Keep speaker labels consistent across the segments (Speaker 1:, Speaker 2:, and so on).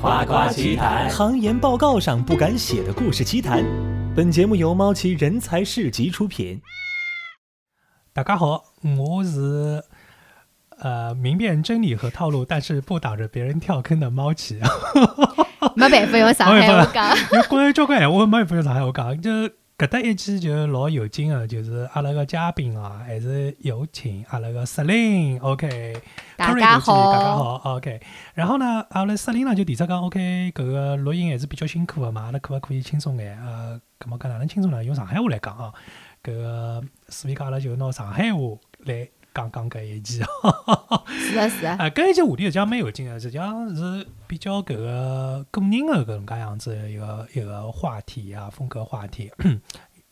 Speaker 1: 夸夸其谈
Speaker 2: 行研报告上不敢写的故事奇谈。本节目由猫奇人才市集出品。
Speaker 3: 大家好，我是呃明辨真理和套路，但是不挡着别人跳坑的猫奇。
Speaker 4: 没办法用上海话讲。
Speaker 3: 因为关于交关闲话，没办法用上海话讲。就搿搭一期就老有劲个，就是阿拉个嘉宾啊，还是有请阿拉个司令。OK，
Speaker 4: 大
Speaker 3: Curry
Speaker 4: 家
Speaker 3: 同志大家
Speaker 4: 好
Speaker 3: 好。OK，然后呢，阿拉司令呢就提出讲，OK，搿个录音还是比较辛苦个嘛，阿拉可勿可以轻松眼？呃，搿么讲哪能轻松呢？用上海话来讲啊，搿个所以讲阿拉就拿上海话来讲讲搿一期。
Speaker 4: 是的，是的，
Speaker 3: 啊，搿一集话题实际上蛮有劲个，实际上是比较搿个个人个搿能介样子的一个一个话题啊，风格话题。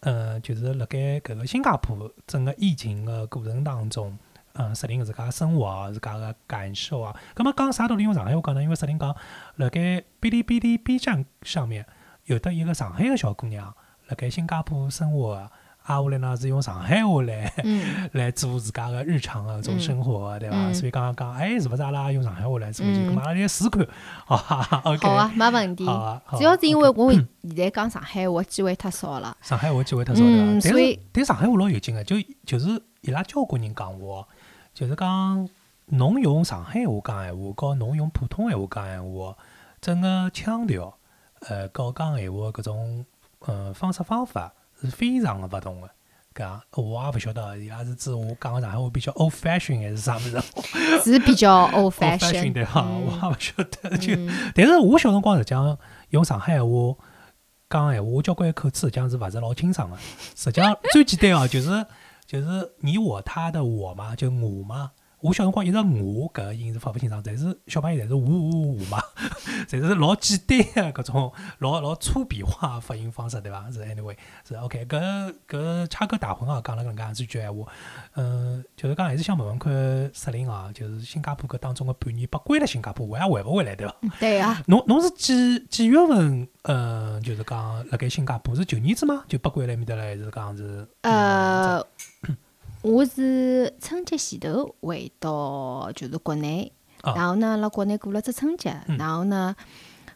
Speaker 3: 呃，就是辣盖搿个新加坡整个疫情个过程当中，嗯，石林自家生活啊，自家个感受啊。葛末讲啥道理用上海话讲呢？因为石林讲辣盖哔哩哔哩 B 站上面有得一个上海个小姑娘辣盖新加坡生活啊，挨下来呢是用上海话来。
Speaker 4: 嗯，
Speaker 3: 来做自家个日常个种生活啊个，对伐？
Speaker 4: 嗯
Speaker 3: 所以刚刚讲，哎，是勿是阿拉用上海话来做？
Speaker 4: 嗯
Speaker 3: 就阿拉来试看，好 哈，OK，
Speaker 4: 好啊，没问题。
Speaker 3: 好啊，好啊
Speaker 4: 主要是因为
Speaker 3: OK
Speaker 4: 我现在讲上海话机会太少了。
Speaker 3: 上海话机会太少对伐
Speaker 4: 嗯？
Speaker 3: 但
Speaker 4: 所
Speaker 3: 是
Speaker 4: 以
Speaker 3: 但上海话老有劲个，啊就就是伊拉交关人讲话，就是讲侬用上海话讲闲话，和侬用普通闲话讲闲话，整个腔调，呃，和讲闲话搿种呃方式方法是非常个勿同个。搿样我也勿晓得，伊拉是指我讲个上海话比较 old fashion 还是啥物事？
Speaker 4: 是比 较 old
Speaker 3: old 哦 fashion
Speaker 4: 哦 fashion
Speaker 3: 对哈，我
Speaker 4: 嗯
Speaker 3: 也勿晓得就。
Speaker 4: 嗯
Speaker 3: 但是我小辰光实际上用上海话讲闲话，我交关口齿实际上是勿是老清爽个。实际上最简单哦，就是就是你我他的我嘛，就我嘛。我小辰光一直我搿个音是发勿清爽，但是小朋友侪是我我我嘛，侪是老简单个搿种老老粗鄙化的发音方式对伐？是 anyway 是 OK 搿搿插科打诨啊，讲了搿能介样子一句闲话，嗯，就是讲还是想问问看石林啊，就是新加坡搿当中个半年被关了新加坡，回也回勿回来对伐？
Speaker 4: 对啊，
Speaker 3: 侬侬是几几月份？呃，就是讲辣盖新加坡是旧年子吗？就八关来面搭了，还是讲是？ 嗯，
Speaker 4: 呃，我是春节前头回到就是国内，
Speaker 3: 啊
Speaker 4: 然后呢，辣国内过了只春节
Speaker 3: 嗯，
Speaker 4: 然后呢，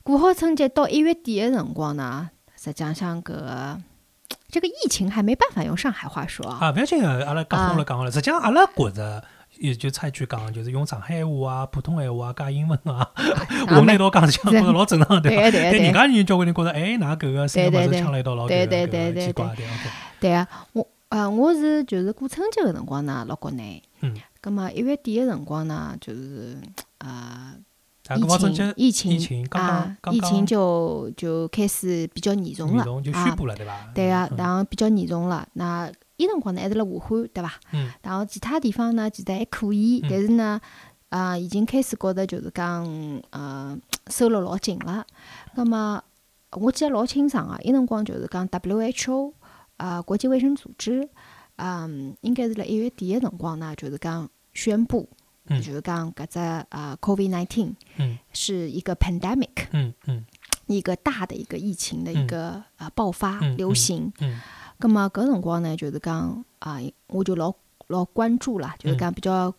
Speaker 4: 过好春节到一月底的辰光呢，实际上搿个这个疫情还没办法用上海话说啊。
Speaker 3: 啊，勿要紧个，阿拉讲好了讲好了。实际上，阿拉觉着也就插一句讲，就是用上海话啊、普通闲话啊、加英文 啊，
Speaker 4: 然后
Speaker 3: 混了
Speaker 4: 没
Speaker 3: 一道讲，实际上觉着老正常，
Speaker 4: 对
Speaker 3: 伐？
Speaker 4: 啊对啊
Speaker 3: 但
Speaker 4: 对
Speaker 3: 人
Speaker 4: 啊
Speaker 3: 家人交关人觉着，哎，㑚搿个三个物
Speaker 4: 对对
Speaker 3: 事
Speaker 4: 对
Speaker 3: 呛了一道老
Speaker 4: 对
Speaker 3: 搿
Speaker 4: 对
Speaker 3: 个
Speaker 4: 对
Speaker 3: 搿个
Speaker 4: 对
Speaker 3: 奇
Speaker 4: 对
Speaker 3: 怪对 OK
Speaker 4: 对啊，我呃我是就是过春节个辰光呢，辣国内。
Speaker 3: 嗯。
Speaker 4: 葛末一月底个辰光呢，就是呃
Speaker 3: 啊，
Speaker 4: 疫
Speaker 3: 搿光
Speaker 4: 情
Speaker 3: 正
Speaker 4: 疫
Speaker 3: 疫情刚刚
Speaker 4: 啊
Speaker 3: 刚
Speaker 4: 疫
Speaker 3: 刚
Speaker 4: 情就就开始比较严重
Speaker 3: 女
Speaker 4: 了
Speaker 3: 童就宣
Speaker 4: 啊。
Speaker 3: 布了，对伐？
Speaker 4: 对啊，
Speaker 3: 嗯
Speaker 4: 然后比较严重了。那伊辰光呢还是辣武汉，对伐？
Speaker 3: 嗯
Speaker 4: 然后其他地方呢其实还可以，
Speaker 3: 嗯
Speaker 4: 但是呢，呃，已经开始觉得就是讲，呃，收了老紧了。那么我记得老清爽啊，伊辰光就是讲 WHO，呃，国际卫生组织，嗯、应该是辣一月底的辰光呢，就是讲宣布，
Speaker 3: 嗯
Speaker 4: 就是讲搿只呃 COVID-19
Speaker 3: 嗯
Speaker 4: 是一个 pandemic，
Speaker 3: 嗯嗯
Speaker 4: 一个大的一个疫情的
Speaker 3: 嗯
Speaker 4: 一个、呃爆发、
Speaker 3: 嗯
Speaker 4: 流
Speaker 3: 嗯
Speaker 4: 行。
Speaker 3: 嗯
Speaker 4: 咁么搿辰光呢，就是讲啊，我就老老关注啦，就是
Speaker 3: 嗯
Speaker 4: 讲比较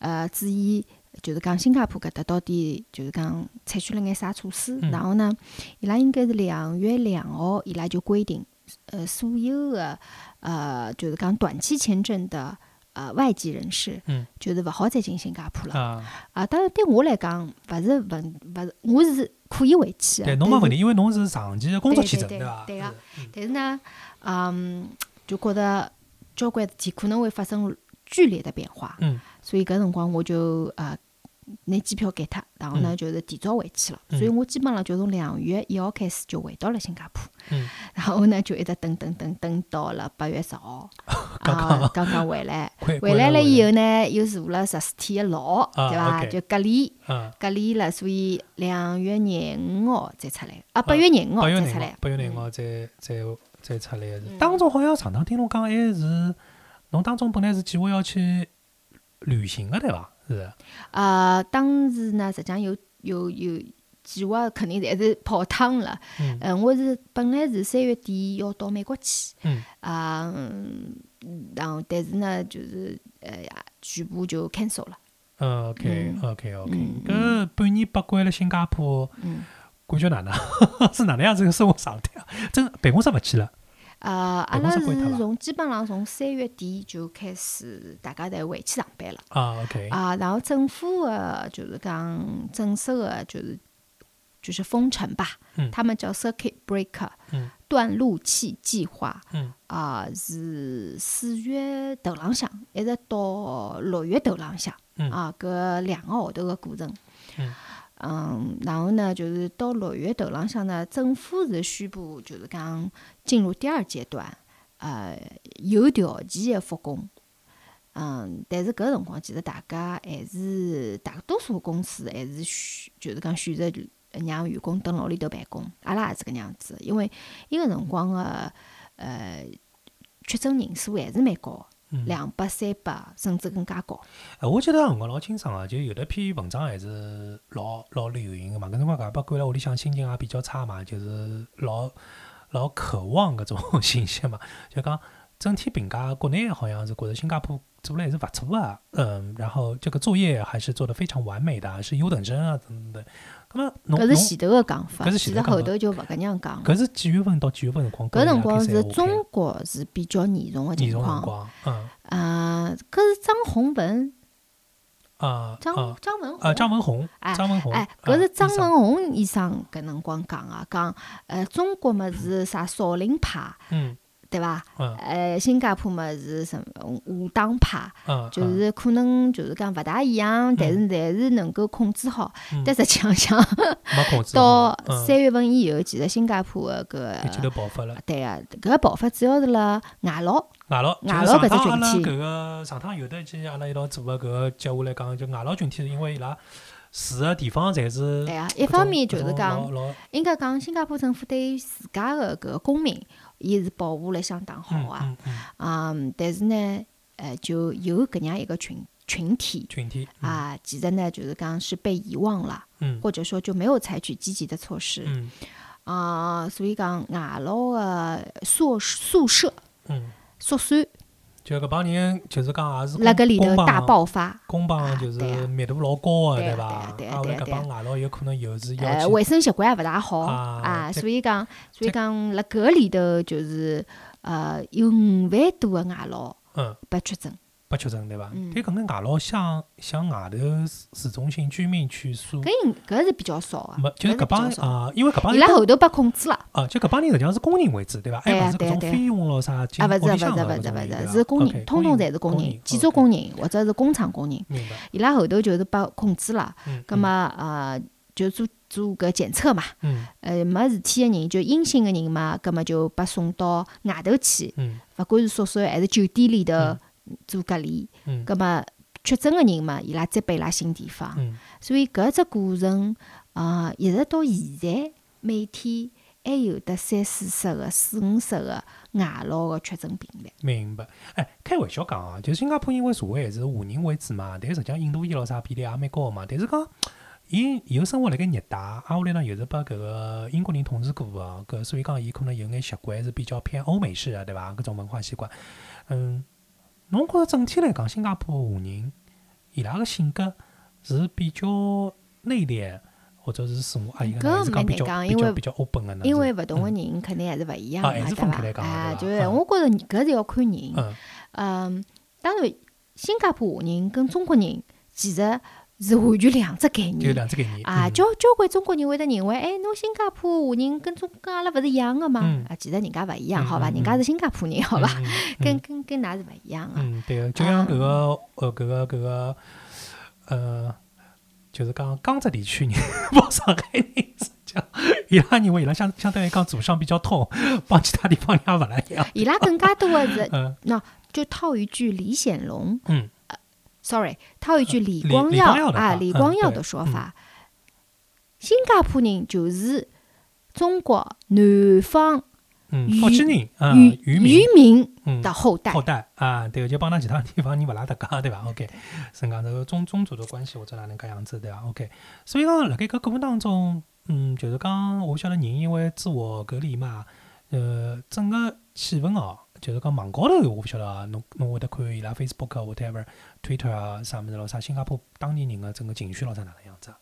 Speaker 4: 呃注意，就是讲新加坡搿搭到底就是讲采取了眼啥措施。
Speaker 3: 嗯
Speaker 4: 然后呢，伊拉应该是两月两号，伊拉就规定，呃，所有的呃就是讲短期签证的呃外籍人士，
Speaker 3: 嗯
Speaker 4: 就是勿好再进新加坡了。
Speaker 3: 啊，
Speaker 4: 啊，当然对我来讲，勿是问勿是，我是可以回去的。
Speaker 3: 对，侬没
Speaker 4: 但是
Speaker 3: 问题，因为侬是长期的工作
Speaker 4: 对
Speaker 3: 签
Speaker 4: 对
Speaker 3: 证，
Speaker 4: 对
Speaker 3: 伐？
Speaker 4: 对
Speaker 3: 啊
Speaker 4: 啊，但是呢，嗯，就觉得交关事体可能会发生剧烈的变化，
Speaker 3: 嗯
Speaker 4: 所以搿辰光我就呃拿机票给他，然后呢就是提早回去了，
Speaker 3: 嗯
Speaker 4: 所以我基本上就从两月一号开始就回到了新加坡，
Speaker 3: 嗯
Speaker 4: 然后呢就一直等等等等到了八月 十号，啊，刚刚回来。
Speaker 3: 快
Speaker 4: 回来了以后呢，又坐了十四天的牢，
Speaker 3: 啊
Speaker 4: 对伐？
Speaker 3: OK
Speaker 4: 就隔离，
Speaker 3: 嗯，
Speaker 4: 隔离了，所以两月廿五号再出来，啊，
Speaker 3: 啊
Speaker 4: 八月廿五号
Speaker 3: 八月
Speaker 4: 再
Speaker 3: 廿
Speaker 4: 出
Speaker 3: 五
Speaker 4: 来
Speaker 3: 号，，八月廿五号再再再出来是。
Speaker 4: 嗯
Speaker 3: 当中好像上趟听侬讲，还是侬当中本来是计划要去旅行的，对伐？是
Speaker 4: 呃，当时呢，实际上有有有计划，肯定侪是泡汤了。
Speaker 3: 嗯
Speaker 4: 呃，我是本来是三月底要到美国去，
Speaker 3: 嗯
Speaker 4: 啊、嗯然后但是呢，就是呃，全部就 cancel 了。
Speaker 3: 呃，OK
Speaker 4: 嗯
Speaker 3: OK OK，搿
Speaker 4: 嗯
Speaker 3: 半年八关了新加坡，
Speaker 4: 嗯，
Speaker 3: 感觉哪能 是哪能样子个生活状态啊？真的办公室勿去了，
Speaker 4: 呃，阿
Speaker 3: 办
Speaker 4: 拉
Speaker 3: 公室关脱
Speaker 4: 是
Speaker 3: 了
Speaker 4: 从基本上从三月底就开始，大家侪回去上班了。
Speaker 3: 啊，OK，
Speaker 4: 啊，然后政府的，就是讲正式的，就是就是封城吧，
Speaker 3: 嗯
Speaker 4: 他们叫 circuit breaker，、
Speaker 3: 嗯
Speaker 4: 断路器计划
Speaker 3: 嗯
Speaker 4: 啊、是四月头浪向，一直到六月头浪向，
Speaker 3: 嗯
Speaker 4: 啊，搿两个号头的过程。
Speaker 3: 嗯
Speaker 4: 嗯，然后呢，就是到六月头浪向呢，政府是宣布，就是讲进入第二阶段，呃，有条件的复工。嗯，但是搿辰光其实大家还是大多数公司还是选，就是讲选择让员工蹲辣屋里头办公。阿拉也是搿能样子，因为伊个辰光个呃确诊人数还是蛮高的，
Speaker 3: 嗯
Speaker 4: 两百、三百，甚至更加高。
Speaker 3: 哎，我记得那辰光老清爽啊，就有的篇文章还是老老流行个嘛。搿辰光搿把关辣屋里向，心情也比较差嘛，就是老老渴望搿种 信息嘛。就讲整体评价，国内好像是觉得新加坡做了还是勿错啊，嗯，然后这个作业还是做得非常完美的啊，是优等生啊等等等。那么侬
Speaker 4: 搿是
Speaker 3: 侬
Speaker 4: 前头个讲法，
Speaker 3: 搿是
Speaker 4: 其
Speaker 3: 前
Speaker 4: 实
Speaker 3: 头讲
Speaker 4: 后
Speaker 3: 法
Speaker 4: 头就勿搿样讲了。
Speaker 3: 搿是几月份到几月份辰光？
Speaker 4: 搿辰光
Speaker 3: 光
Speaker 4: 是中国是比较严重个
Speaker 3: 严
Speaker 4: 情
Speaker 3: 重辰
Speaker 4: 况，
Speaker 3: 光，嗯
Speaker 4: 啊，搿是张宏文，
Speaker 3: 啊
Speaker 4: 张
Speaker 3: 啊
Speaker 4: 张文
Speaker 3: 啊，
Speaker 4: 宏
Speaker 3: 张文宏，
Speaker 4: 哎
Speaker 3: 张文宏，
Speaker 4: 哎，
Speaker 3: 啊
Speaker 4: 搿是
Speaker 3: 医
Speaker 4: 张
Speaker 3: 生
Speaker 4: 文宏医生搿辰光讲啊，讲呃中国么是啥少林派，
Speaker 3: 嗯
Speaker 4: 对伐？
Speaker 3: 嗯
Speaker 4: 呃，新加坡么是什么武当派，
Speaker 3: 嗯，
Speaker 4: 就
Speaker 3: 嗯
Speaker 4: 是可能就是讲勿大一样，但是侪是能够控制好。
Speaker 3: 嗯
Speaker 4: 但实际上想
Speaker 3: 没控制
Speaker 4: 到
Speaker 3: 好嗯
Speaker 4: 三月份以后，其实新加坡的
Speaker 3: 一记头
Speaker 4: 搿个
Speaker 3: 爆发了。
Speaker 4: 对啊，搿个爆发主要是辣外劳，
Speaker 3: 外劳，就是
Speaker 4: 外劳
Speaker 3: 上
Speaker 4: 搿只
Speaker 3: 趟阿
Speaker 4: 群
Speaker 3: 拉
Speaker 4: 体
Speaker 3: 搿个呃上趟有的期阿拉一道做个搿个接下来讲，就外劳群体是因为伊拉住个地方侪是
Speaker 4: 对啊，
Speaker 3: 搿
Speaker 4: 一
Speaker 3: 种
Speaker 4: 方面
Speaker 3: 嗯
Speaker 4: 就
Speaker 3: 搿
Speaker 4: 是
Speaker 3: 种
Speaker 4: 讲
Speaker 3: 老老
Speaker 4: 应该讲，新加坡政府对于自家的搿个公民，伊是保护了相当好啊。
Speaker 3: 嗯嗯嗯
Speaker 4: 嗯，但是呢，呃，就有搿样一个群群体
Speaker 3: 群体，
Speaker 4: 啊、其实呢，就是讲是被遗忘了，
Speaker 3: 嗯
Speaker 4: 或者说就没有采取积极的措施
Speaker 3: 嗯
Speaker 4: 啊、所以讲，外劳的宿宿舍
Speaker 3: 嗯，
Speaker 4: 宿舍
Speaker 3: 就搿帮人就是讲啊也是
Speaker 4: 辣搿里头
Speaker 3: 工帮
Speaker 4: 大爆发，
Speaker 3: 工帮就
Speaker 4: 对啊
Speaker 3: 是密度老高个，
Speaker 4: 对啊
Speaker 3: 伐？
Speaker 4: 对啊对啊
Speaker 3: 啊，后来
Speaker 4: 对啊
Speaker 3: 搿帮外劳有可能又是要
Speaker 4: 呃，
Speaker 3: 去
Speaker 4: 卫生习惯也勿大好
Speaker 3: 啊
Speaker 4: 啊，
Speaker 3: 这
Speaker 4: 所以讲，所
Speaker 3: 这
Speaker 4: 以讲辣搿里头就是呃，有五万多的外劳
Speaker 3: 嗯
Speaker 4: 被确诊。
Speaker 3: 不确诊对伐？
Speaker 4: 嗯
Speaker 3: 但搿眼外劳向向外头市市中心居民区所
Speaker 4: 搿应搿是比较少啊，
Speaker 3: 嗯没，就
Speaker 4: 搿
Speaker 3: 是
Speaker 4: 比
Speaker 3: 搿帮
Speaker 4: 较少。
Speaker 3: 啊，因为搿帮
Speaker 4: 伊
Speaker 3: 人
Speaker 4: 拉
Speaker 3: 都
Speaker 4: 后头被控制了，
Speaker 3: 啊，就搿帮人实际上是工人为主，对伐？
Speaker 4: 对
Speaker 3: 还
Speaker 4: 啊
Speaker 3: 勿是
Speaker 4: 对
Speaker 3: 搿
Speaker 4: 啊
Speaker 3: 种
Speaker 4: 对啊
Speaker 3: 菲佣咯啥，
Speaker 4: 啊，
Speaker 3: 进
Speaker 4: 勿
Speaker 3: 屋
Speaker 4: 是
Speaker 3: 里
Speaker 4: 勿是
Speaker 3: 向的搿
Speaker 4: 勿是
Speaker 3: 种人对
Speaker 4: 勿
Speaker 3: 伐
Speaker 4: 是，是工
Speaker 3: OK，
Speaker 4: 人，通通侪是
Speaker 3: 工
Speaker 4: 人，建
Speaker 3: 建
Speaker 4: 筑
Speaker 3: 筑
Speaker 4: 工人或者是工厂工人，
Speaker 3: 明白，
Speaker 4: 伊拉后头就是被控制了，
Speaker 3: 嗯，
Speaker 4: 葛末呃就做做搿检测嘛，
Speaker 3: 嗯，
Speaker 4: 呃没事体个人就阴性个人嘛，葛末就被送到外头去，
Speaker 3: 嗯
Speaker 4: 勿管是宿舍还是酒店里头
Speaker 3: 嗯
Speaker 4: 做隔离，
Speaker 3: 嗯嗯
Speaker 4: 葛末确诊个人嘛，伊拉再被拉新地方，
Speaker 3: 嗯，
Speaker 4: 所以搿只过程啊，呃一直到现在，每天还有得三四十个、四五十个外劳个确诊病例。
Speaker 3: 明白。哎，开玩笑讲啊，就是新加坡因为社会还是华人为主嘛，但是实际上印度裔咯啥比例也蛮高的嘛，但是讲。伊又生活辣盖热带，挨下来呢又是被搿个英国人统治过个，搿所以讲伊可能有眼习惯是比较偏欧美式的，对伐？搿种文化习惯，嗯，侬觉着整体来讲，新加坡华人伊拉个性格是比较内敛，或者是自我压抑个呢，
Speaker 4: 搿
Speaker 3: 还是讲
Speaker 4: 蛮
Speaker 3: 比较
Speaker 4: 难讲
Speaker 3: 比
Speaker 4: 因
Speaker 3: 较
Speaker 4: 为
Speaker 3: 比较 open 个呢？
Speaker 4: 因
Speaker 3: 是
Speaker 4: 为勿同个人肯定还是勿一样
Speaker 3: 啊
Speaker 4: 嘛，
Speaker 3: 还
Speaker 4: 对
Speaker 3: 是分开来
Speaker 4: 伐？
Speaker 3: 讲
Speaker 4: 啊，
Speaker 3: 的
Speaker 4: 就
Speaker 3: 对
Speaker 4: 是
Speaker 3: 吧
Speaker 4: 我觉着搿是要看人。
Speaker 3: 嗯
Speaker 4: 嗯，当然，新加坡华人跟中国人其实是完全两只概
Speaker 3: 就
Speaker 4: 念。
Speaker 3: 两只概念
Speaker 4: 啊，
Speaker 3: 嗯
Speaker 4: 交交关中国人会得认为，哎，侬新加坡华人跟中国阿拉勿是一样个嘛
Speaker 3: 嗯？
Speaker 4: 啊，其实人家勿一样，
Speaker 3: 嗯
Speaker 4: 好伐？
Speaker 3: 嗯
Speaker 4: 人家是新加坡人，好
Speaker 3: 嗯
Speaker 4: 伐？
Speaker 3: 嗯嗯
Speaker 4: 跟跟跟㑚是勿一样啊个。
Speaker 3: 嗯，对个，就像搿个呃，搿个搿个呃，就是讲江浙地区 人帮上海人是讲，伊拉认为伊拉相相对于讲祖上比较痛，帮其他地方人也勿大一样。，
Speaker 4: 伊拉更加多的是
Speaker 3: 嗯
Speaker 4: 就套一句李显龙
Speaker 3: 嗯，
Speaker 4: ，sorry，套一句李
Speaker 3: 李
Speaker 4: 光
Speaker 3: 李
Speaker 4: 耀
Speaker 3: 光耀的
Speaker 4: 啊，
Speaker 3: 话
Speaker 4: 李
Speaker 3: 嗯
Speaker 4: 光耀
Speaker 3: 对
Speaker 4: 的说法，新加坡人就是中国南方
Speaker 3: 嗯，
Speaker 4: 渔
Speaker 3: 福建人啊，
Speaker 4: 渔
Speaker 3: 渔民
Speaker 4: 民
Speaker 3: 嗯
Speaker 4: 的后代
Speaker 3: 后。代啊，对个，就帮咱其他地方人勿拉搭嘎，对伐？OK，是讲这个宗宗族的关系或者哪能介样子，对伐？OK，所以讲辣盖搿过程当中，嗯，就是讲我晓得人因为自我隔离嘛，呃，整个气氛哦，就是讲网高头我勿晓得啊，侬侬会得看伊拉 Facebook 啊，whatever、Twitter 啊啥物事咯，啥新加坡当地人个整个情绪咯啥哪能样子啊？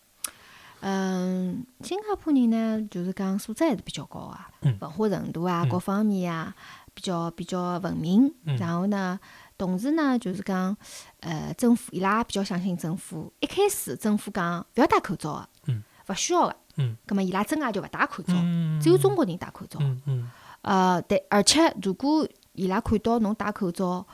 Speaker 4: 嗯，新加坡人呢，就是讲素质还是比较高啊，
Speaker 3: 嗯
Speaker 4: 文化程度啊，
Speaker 3: 嗯
Speaker 4: 各方面啊，比较比较文明。
Speaker 3: 嗯
Speaker 4: 然后呢，同时呢，就是讲，呃，政府伊拉比较相信政府。一开始政府讲不要戴口罩的
Speaker 3: 嗯，
Speaker 4: 勿需要的。
Speaker 3: 嗯，
Speaker 4: 咁么伊拉真个就勿戴口罩，
Speaker 3: 嗯，
Speaker 4: 只有中国人戴口罩。
Speaker 3: 嗯嗯
Speaker 4: 呃，但而且如果伊拉看到侬戴口罩，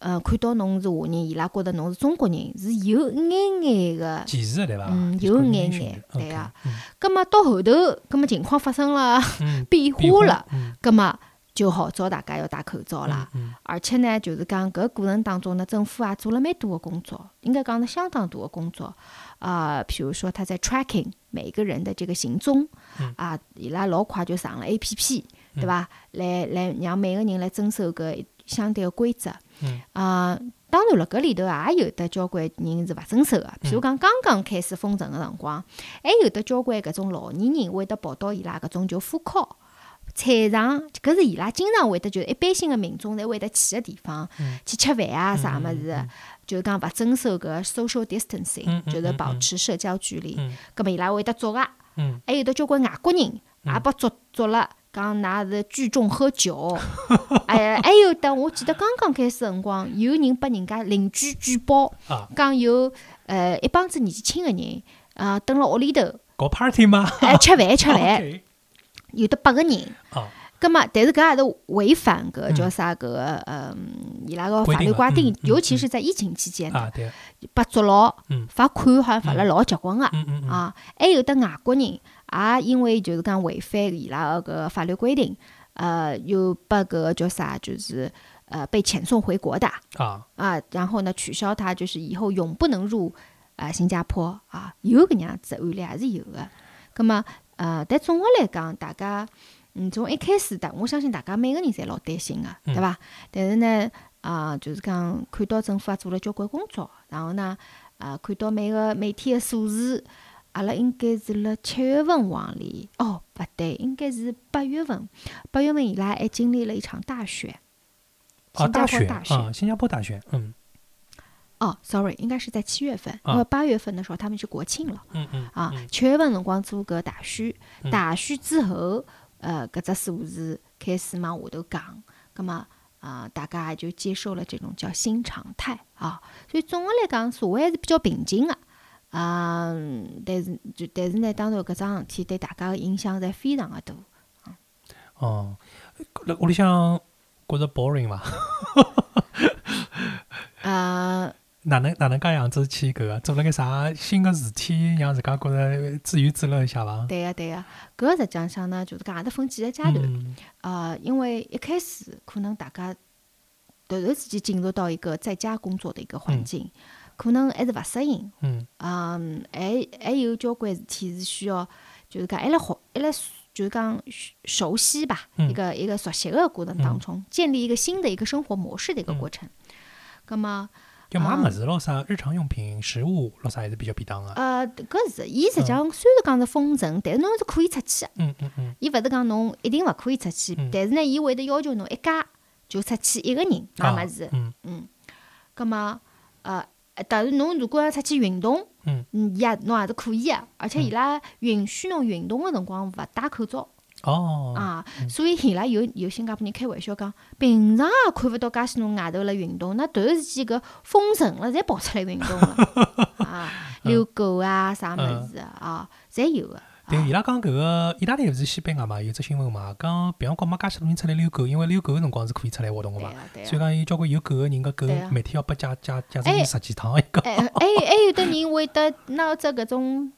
Speaker 4: 呃，看到侬是华人，伊拉觉得侬是中国人，是有眼眼个。
Speaker 3: 歧视对伐？
Speaker 4: 嗯
Speaker 3: 就是
Speaker 4: 有
Speaker 3: 国民
Speaker 4: 眼
Speaker 3: 群
Speaker 4: 眼
Speaker 3: 体
Speaker 4: 对啊
Speaker 3: OK，
Speaker 4: 葛么到后头，葛么情况发生了
Speaker 3: 嗯，嗯
Speaker 4: 变
Speaker 3: 变
Speaker 4: 化了，，
Speaker 3: 嗯
Speaker 4: 葛么就号召大家要戴口罩啦。，
Speaker 3: 嗯
Speaker 4: 而且呢，就是讲搿过程当中呢，政府啊做了蛮多的工作，应该讲是相当多的工作。啊、比如说他在 tracking 每一个人的这个行踪，
Speaker 3: 嗯
Speaker 4: 啊，伊拉老快就上了 APP，
Speaker 3: 嗯
Speaker 4: 对吧？来来让每个人来遵守搿相对的规则。
Speaker 3: 嗯
Speaker 4: 啊，当然了，搿里头也有得交关人是勿遵守
Speaker 3: 嗯
Speaker 4: 个，譬如讲刚刚开始封城个辰光，还有得交关搿种老年人会得跑到伊拉搿种就复考。菜场，搿是伊拉经常会得，就是一般性个民众侪会得去个地方
Speaker 3: 嗯，
Speaker 4: 去吃饭啊啥物
Speaker 3: 嗯嗯
Speaker 4: 事
Speaker 3: 嗯，
Speaker 4: 就是讲勿遵守搿 social distancing，、
Speaker 3: 嗯嗯
Speaker 4: 就是
Speaker 3: 嗯
Speaker 4: 保
Speaker 3: 嗯
Speaker 4: 持社交距离。
Speaker 3: 嗯
Speaker 4: 葛末伊拉会得捉个，
Speaker 3: 嗯
Speaker 4: 还有得交关外国人也被捉捉了，讲㑚是聚众喝酒。 哎，还有得我记得刚刚开始辰光，有人被人家邻居举报，
Speaker 3: 啊，
Speaker 4: 讲有呃一帮子年纪轻个人啊蹲辣屋里头，
Speaker 3: 搞 party 吗？
Speaker 4: 哎吃饭吃饭，
Speaker 3: OK，
Speaker 4: 有得八个人。
Speaker 3: 啊，
Speaker 4: 葛么，但是搿也是违反搿
Speaker 3: 嗯
Speaker 4: 叫啥搿个嗯伊拉个
Speaker 3: 规
Speaker 4: 法律
Speaker 3: 定啊
Speaker 4: 规
Speaker 3: 嗯，
Speaker 4: 定
Speaker 3: 嗯
Speaker 4: 尤其
Speaker 3: 嗯
Speaker 4: 是在疫情期间
Speaker 3: 啊，对，
Speaker 4: 被捉牢
Speaker 3: 嗯，
Speaker 4: 罚款好像罚了
Speaker 3: 嗯
Speaker 4: 老结棍个。
Speaker 3: 嗯嗯嗯，
Speaker 4: 啊，还有的外国人也、因为就是讲违反伊拉个搿法律规定，呃，又被搿个叫啥，就是呃被遣送回国的
Speaker 3: 啊，
Speaker 4: 啊，然后呢取消他就是以后永不能入啊、呃新加坡啊，有搿样子案例还是有的。葛么呃，但总的来讲，大家嗯从一开始大，我相信大家每个人侪老担心个、
Speaker 3: 嗯
Speaker 4: 对伐？但是呢啊、就是讲看到政府也做了交关工作，然后呢啊看到每个每天个数字。阿拉应该是辣七月份往里，哦，勿对，应该是八月份。八月份伊拉还经历了一场大雪，
Speaker 3: 啊，
Speaker 4: 新
Speaker 3: 大
Speaker 4: 加坡
Speaker 3: 学
Speaker 4: 大雪
Speaker 3: 啊，新加坡大学，嗯
Speaker 4: 哦，sorry，应该是在七月份，
Speaker 3: 啊
Speaker 4: 因为八月份的时候他们是国庆了
Speaker 3: 嗯嗯
Speaker 4: 啊
Speaker 3: 嗯。
Speaker 4: 七、月份辰光做搿大选
Speaker 3: 嗯，
Speaker 4: 大选之后，呃，搿只数字开始往下头降，葛么啊，大家也就接受了这种叫新常态啊。所以总的来讲，社会还是比较平静的、啊。嗯，但是就但是呢，当然搿桩事体对大家的影响侪非常的大。
Speaker 3: 哦，那屋里向觉着 boring 伐？
Speaker 4: 呃，
Speaker 3: 哪能哪能介样子去搿个做了个啥新个事体，让自家觉着自娱自乐一下伐？
Speaker 4: 对个、对个、搿实际上呢，就是讲也是分几个阶段。
Speaker 3: 嗯
Speaker 4: 啊，因为一开始可能大家突然之间进入到一个在家工作的一个环
Speaker 3: 嗯
Speaker 4: 境，可能还是勿适应。
Speaker 3: 嗯
Speaker 4: 嗯，还还有交关事体是需要，就是讲还辣好，还辣就是讲熟熟悉吧，
Speaker 3: 嗯
Speaker 4: 一个一个熟悉的过程当
Speaker 3: 嗯
Speaker 4: 中，建立一个新的一个生活模式的一个过程。那么，
Speaker 3: 要买
Speaker 4: 啊
Speaker 3: 物事咯啥，日常用品、食物咯啥还是比较便当个。
Speaker 4: 呃，搿是伊实际上虽然讲是封城，但是侬是可以出去的，
Speaker 3: 嗯嗯嗯，
Speaker 4: 伊勿是讲侬一定勿可以出去
Speaker 3: 嗯，
Speaker 4: 但是呢，伊会得要求侬一家就出去一个人买
Speaker 3: 啊
Speaker 4: 物事。
Speaker 3: 嗯
Speaker 4: 嗯，葛么呃，但是侬如果要出去运动，
Speaker 3: 嗯，
Speaker 4: 伊也侬也是可以个，而且
Speaker 3: 嗯
Speaker 4: 伊拉允许侬运动个辰光勿戴口罩
Speaker 3: 哦，
Speaker 4: 啊，所以伊拉有有新加坡人开玩笑讲，平常也看勿到介许多外头辣运动，那突然之间搿封城了，侪跑出来运动了 啊，遛
Speaker 3: 嗯
Speaker 4: 狗啊啥物事啊，侪有个。
Speaker 3: 对，
Speaker 4: 啊
Speaker 3: 伊拉讲搿个意大利勿是西班牙嘛，有只新闻嘛，讲别个国没介许多人出来遛狗，因为遛狗个辰光是可以出来活动个
Speaker 4: 对
Speaker 3: 嘛。
Speaker 4: 啊对
Speaker 3: 所以
Speaker 4: 啊。
Speaker 3: 讲有交关有狗个人，搿狗
Speaker 4: 对啊
Speaker 3: 每天要被加加加成
Speaker 4: 哎
Speaker 3: 十几趟一个。
Speaker 4: 哎，还有还有的人会得拿只搿种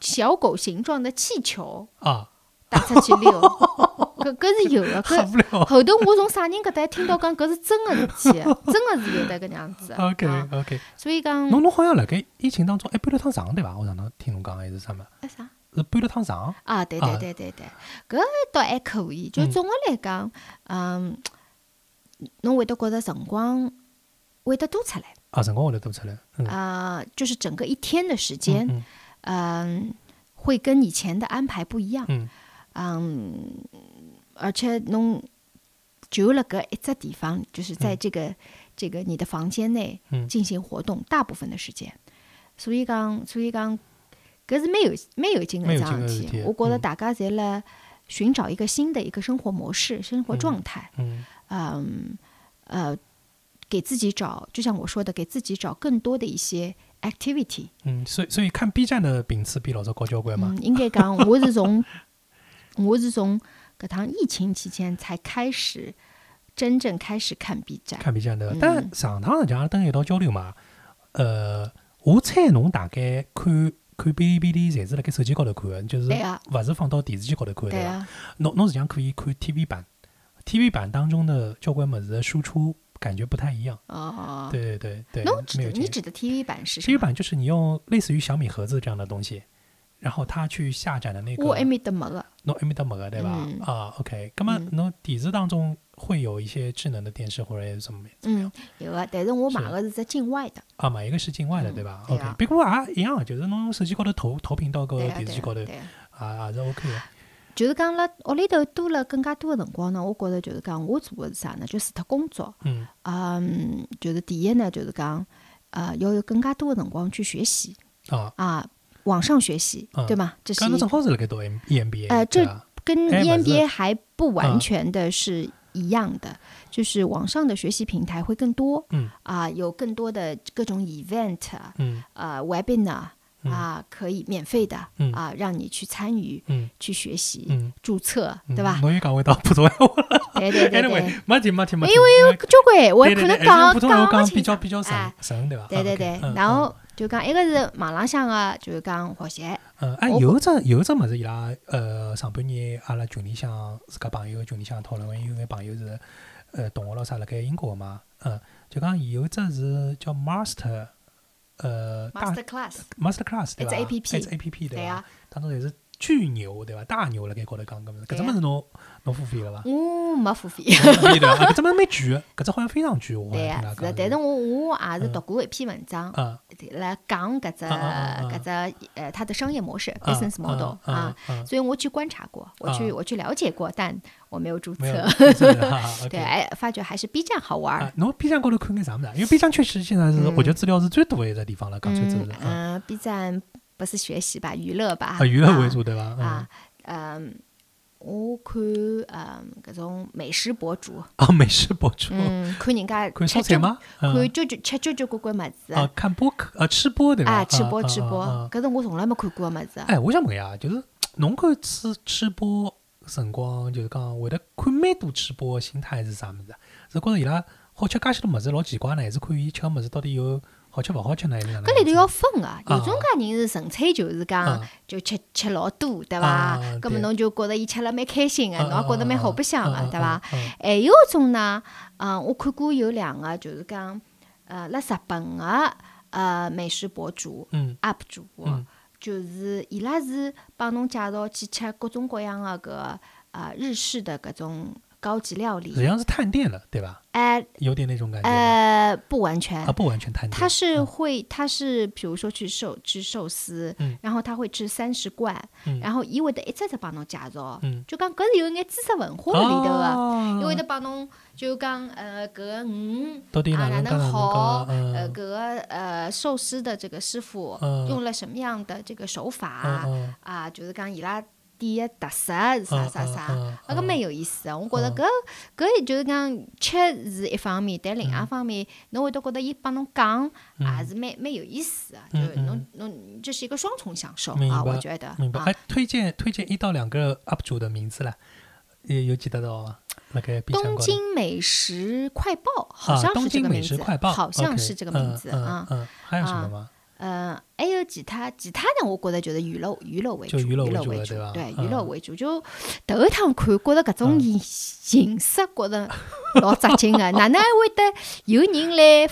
Speaker 4: 小狗形状的气球，
Speaker 3: 啊，
Speaker 4: 带出去溜，搿搿是有的。
Speaker 3: 受
Speaker 4: 搿
Speaker 3: 不了。
Speaker 4: 后头我从啥人搿搭听到讲搿是真个事 体，真个是有得搿样子。
Speaker 3: OK
Speaker 4: 啊
Speaker 3: OK，
Speaker 4: 所以讲
Speaker 3: 侬侬好像辣盖疫情当中哎还搬了趟床对伐？我上趟听侬讲还是啥物事？
Speaker 4: 哎啥
Speaker 3: 是搬了趟床。
Speaker 4: 啊？对对
Speaker 3: 啊
Speaker 4: 对对对，搿倒还可以。就
Speaker 3: 嗯
Speaker 4: 总个来讲，嗯，侬会得觉着辰光会得多出来
Speaker 3: 啊，辰光会得多出来。嗯，
Speaker 4: 啊，就是整个一天的时
Speaker 3: 嗯
Speaker 4: 间，嗯，会跟以前的安排不一样。
Speaker 3: 嗯
Speaker 4: 嗯，而且侬就辣搿一只地方，就是在
Speaker 3: 嗯
Speaker 4: 这个、这个你的房间内
Speaker 3: 嗯
Speaker 4: 进行活动，大部分的时间。所以讲，所以讲，搿是蛮有蛮有劲个一
Speaker 3: 蛮
Speaker 4: 桩
Speaker 3: 有劲
Speaker 4: 事
Speaker 3: 个
Speaker 4: 体
Speaker 3: 事。体
Speaker 4: 我觉着
Speaker 3: 嗯
Speaker 4: 大家侪辣寻找一个新的一个生活模式、生活
Speaker 3: 嗯
Speaker 4: 状态，
Speaker 3: 嗯
Speaker 4: 嗯呃，给自己找，就像我说的，给自己找更多的一些 activity。
Speaker 3: 嗯，所以所以看 B 站的频次比老早高交关嘛
Speaker 4: 嗯，，应该讲我是从我是从搿趟疫情期间才开始真正开始看 B 站。
Speaker 3: 看 B 站的
Speaker 4: 嗯。
Speaker 3: 但上趟实际上阿拉登一道交流嘛，呃，我猜侬大概看看哔哩哔哩，侪是辣盖手机高头看的，就是
Speaker 4: 对啊
Speaker 3: 勿是放到电视机高头看的
Speaker 4: 对
Speaker 3: 对伐？
Speaker 4: 啊，
Speaker 3: 侬侬实际上可以看 TV 版，TV 版当中的交关物事的输出感觉不太一样。
Speaker 4: 哦，
Speaker 3: 对对对对，
Speaker 4: 侬指
Speaker 3: 没有
Speaker 4: 的
Speaker 3: 劲
Speaker 4: 你。指的 TV 版是什
Speaker 3: TV
Speaker 4: 么？
Speaker 3: 版就是你用类似于小米盒子这样的东西，然后它去下载的那个，
Speaker 4: 我还没得没个。
Speaker 3: 侬埃面搭没个对伐
Speaker 4: 嗯？
Speaker 3: 啊，OK，那么
Speaker 4: 嗯
Speaker 3: 侬电视当中会有一些智能的电视或者是什么？
Speaker 4: 嗯，有个，但是我买
Speaker 3: 是
Speaker 4: 个是只境外的，
Speaker 3: 啊，买一个是境外的
Speaker 4: 嗯
Speaker 3: 对吧
Speaker 4: 对
Speaker 3: ？OK，
Speaker 4: 啊
Speaker 3: 不过也一样，就是侬手机高头投投屏到个
Speaker 4: 对呀
Speaker 3: 哦电视
Speaker 4: 对
Speaker 3: 机
Speaker 4: 呀
Speaker 3: 高头
Speaker 4: 对呀。
Speaker 3: 啊，也是 OK 的。
Speaker 4: 就是讲辣屋里头多了更加多的辰光呢，我觉着就是讲我做的是啥呢？就除脱工作，
Speaker 3: 嗯
Speaker 4: 嗯，就是第一呢，就是讲呃要有更加多的辰光去学习
Speaker 3: 啊，
Speaker 4: 啊，网上学习，
Speaker 3: 嗯
Speaker 4: 对吗？这是
Speaker 3: 刚刚
Speaker 4: 一
Speaker 3: 正好是辣盖读 M EMBA，
Speaker 4: 呃
Speaker 3: 对
Speaker 4: 这
Speaker 3: 吧
Speaker 4: 跟
Speaker 3: 哎不是
Speaker 4: EMBA 还不
Speaker 3: 嗯
Speaker 4: 完全的是一样的，就是网上的学习平台会更多
Speaker 3: 嗯
Speaker 4: 啊、有更多的各种 event 啊
Speaker 3: 嗯
Speaker 4: 呃 webinar
Speaker 3: 嗯
Speaker 4: 啊、可以免费的啊、
Speaker 3: 嗯
Speaker 4: 让你去参与、
Speaker 3: 嗯
Speaker 4: 去学习、
Speaker 3: 嗯，
Speaker 4: 注册，
Speaker 3: 嗯
Speaker 4: 对 吧？
Speaker 3: 侬又讲会到普通闲话
Speaker 4: 对对对对。
Speaker 3: ，anyway，没听没听没
Speaker 4: 因
Speaker 3: 听，
Speaker 4: 为有交关闲话
Speaker 3: 对对
Speaker 4: 可
Speaker 3: 对
Speaker 4: 能
Speaker 3: 哎
Speaker 4: 讲
Speaker 3: 普通闲话
Speaker 4: 勿
Speaker 3: 讲比
Speaker 4: 清
Speaker 3: 较
Speaker 4: 爽，
Speaker 3: 比较神
Speaker 4: 哎
Speaker 3: 神对吧？
Speaker 4: 对
Speaker 3: 啊
Speaker 4: 对
Speaker 3: ，OK，
Speaker 4: 对
Speaker 3: 嗯。
Speaker 4: 然后就讲哎一个是网浪向个，啊就是讲学习，
Speaker 3: 嗯，哎，
Speaker 4: 我
Speaker 3: 有一只有一只物事，伊拉呃上半年阿拉群里向自家朋友群里向讨论，因为有眼朋友是呃同学咯啥辣盖英国个嘛，嗯，就讲有一只是叫 Master，呃大
Speaker 4: master class，
Speaker 3: Master Class 对伐
Speaker 4: It's APP
Speaker 3: ？It's APP 对
Speaker 4: 对
Speaker 3: 伐
Speaker 4: 啊？，
Speaker 3: 当中侪是巨牛对伐？大牛辣盖高头讲搿物事，搿只
Speaker 4: 对
Speaker 3: 物
Speaker 4: 啊
Speaker 3: 事侬侬付费了伐？
Speaker 4: 我嗯没 付费，
Speaker 3: 付费了伐，搿只物事蛮贵个，搿只好像非常贵，我好
Speaker 4: 对
Speaker 3: 像
Speaker 4: 呀
Speaker 3: 听，
Speaker 4: 是的
Speaker 3: 㑚
Speaker 4: 但是
Speaker 3: 讲。
Speaker 4: 我我也是
Speaker 3: 嗯
Speaker 4: 读过一篇文章，
Speaker 3: 嗯
Speaker 4: 来讲搿只
Speaker 3: 啊啊啊啊
Speaker 4: 搿只呃它的商业模式
Speaker 3: 嗯
Speaker 4: business model
Speaker 3: 嗯
Speaker 4: 啊，
Speaker 3: 嗯，
Speaker 4: 所以我去观察过，我去
Speaker 3: 啊
Speaker 4: 我去了解过，但我没有注
Speaker 3: 没有
Speaker 4: 册，，
Speaker 3: 真的哈哈
Speaker 4: 对，
Speaker 3: OK
Speaker 4: 哎，发觉还是 B 站好玩
Speaker 3: 啊
Speaker 4: 儿，，
Speaker 3: 侬 B 站高头看眼啥物事啊？因为 B 站确实现在是，
Speaker 4: 嗯
Speaker 3: 我觉得资料是最多的一个地方了，讲穿真
Speaker 4: 嗯
Speaker 3: 是啊，
Speaker 4: 嗯，B 站不是学习吧，娱乐吧，
Speaker 3: 啊娱乐为
Speaker 4: 啊
Speaker 3: 主对伐？嗯
Speaker 4: 啊，嗯，我看嗯搿种美食博主，
Speaker 3: 啊，美食博主，
Speaker 4: 嗯，看人家
Speaker 3: 看
Speaker 4: 吃
Speaker 3: 烧菜
Speaker 4: 交，
Speaker 3: 吗？
Speaker 4: 看
Speaker 3: 嗯
Speaker 4: 交关吃交交关关物事
Speaker 3: 啊，看播客啊，吃播对伐？
Speaker 4: 啊，
Speaker 3: 啊
Speaker 4: 吃播吃。
Speaker 3: 啊啊
Speaker 4: 播
Speaker 3: 啊，
Speaker 4: 搿是我从来没看过个物事。
Speaker 3: 哎，我想问一下，就是侬看吃吃播辰光，就是讲会得看蛮多吃播的心态是啥物事啊？是觉着伊拉好吃介许多物事老奇怪呢，还是看伊吃个物事到底有好吃勿好吃呢？还是哪能样子？
Speaker 4: 搿里头要分个，有种介人是纯粹就是讲
Speaker 3: 啊
Speaker 4: 就吃吃老多，对
Speaker 3: 啊
Speaker 4: 伐
Speaker 3: 啊？
Speaker 4: 搿么
Speaker 3: 对
Speaker 4: 侬就觉着伊吃了蛮开心个，
Speaker 3: 啊，
Speaker 4: 侬也觉着蛮好白相
Speaker 3: 啊
Speaker 4: 个，对伐？？
Speaker 3: 啊啊啊
Speaker 4: 还有种呢，嗯，我看过有两个就是讲，呃，辣日本个呃美食博主，
Speaker 3: 嗯
Speaker 4: UP 主，啊
Speaker 3: 嗯
Speaker 4: 就是伊拉是帮侬介绍去吃各种各样的搿啊日式的搿种高级料
Speaker 3: 实际
Speaker 4: 理。
Speaker 3: 上是探店了，对伐？
Speaker 4: 哎
Speaker 3: 有点那种感觉吗。
Speaker 4: 呃，不完全
Speaker 3: 啊，，不完全探店，
Speaker 4: 他是会，他是比如说去寿吃寿司
Speaker 3: 嗯，
Speaker 4: 然后他会吃三十贯
Speaker 3: 嗯，
Speaker 4: 然后伊会得一只只帮侬介绍
Speaker 3: 嗯，哦
Speaker 4: 就讲搿是有眼知识文化辣里头个，伊会得帮侬就讲呃搿个鱼
Speaker 3: 到底
Speaker 4: 啊，
Speaker 3: 哪
Speaker 4: 哪
Speaker 3: 能
Speaker 4: 能好？呃，
Speaker 3: 嗯
Speaker 4: 搿个呃寿司的这个师傅
Speaker 3: 嗯
Speaker 4: 用了什么样的这个手法
Speaker 3: 嗯
Speaker 4: 啊？就是讲伊拉店的特色是啥啥啥，
Speaker 3: 嗯
Speaker 4: 啊，搿蛮有意思的。我觉着
Speaker 3: 嗯
Speaker 4: 搿搿就是讲吃是一方面，但
Speaker 3: 嗯
Speaker 4: 另外一方面，侬会得觉得伊帮侬讲也是蛮蛮有意思的，就
Speaker 3: 嗯
Speaker 4: 是侬侬这是一个双重享受
Speaker 3: 明
Speaker 4: 啊，我
Speaker 3: 白
Speaker 4: 觉得
Speaker 3: 明白。
Speaker 4: 啊
Speaker 3: 哎。，推荐推荐一到两个 UP 主的名字啦，也有记得到吗？那个 B 站
Speaker 4: 东
Speaker 3: 高头
Speaker 4: 京美食快报好
Speaker 3: 啊
Speaker 4: 像
Speaker 3: 东
Speaker 4: 是这
Speaker 3: 京
Speaker 4: 个
Speaker 3: 美
Speaker 4: 名
Speaker 3: 食
Speaker 4: 字
Speaker 3: 快报，
Speaker 4: 好像
Speaker 3: OK，
Speaker 4: 是这个名字
Speaker 3: 嗯
Speaker 4: 啊。
Speaker 3: 嗯，嗯还有什么吗？
Speaker 4: 呃，还有其他其他呢，我觉得就是娱乐娱乐为主，
Speaker 3: 就娱
Speaker 4: 娱
Speaker 3: 乐为
Speaker 4: 为
Speaker 3: 主
Speaker 4: 主
Speaker 3: 了，对吧
Speaker 4: 对，
Speaker 3: 嗯
Speaker 4: 娱乐为主。就头一趟看，觉得搿种
Speaker 3: 嗯
Speaker 4: 形形式，觉得老扎劲 个，哪能还会得有人来，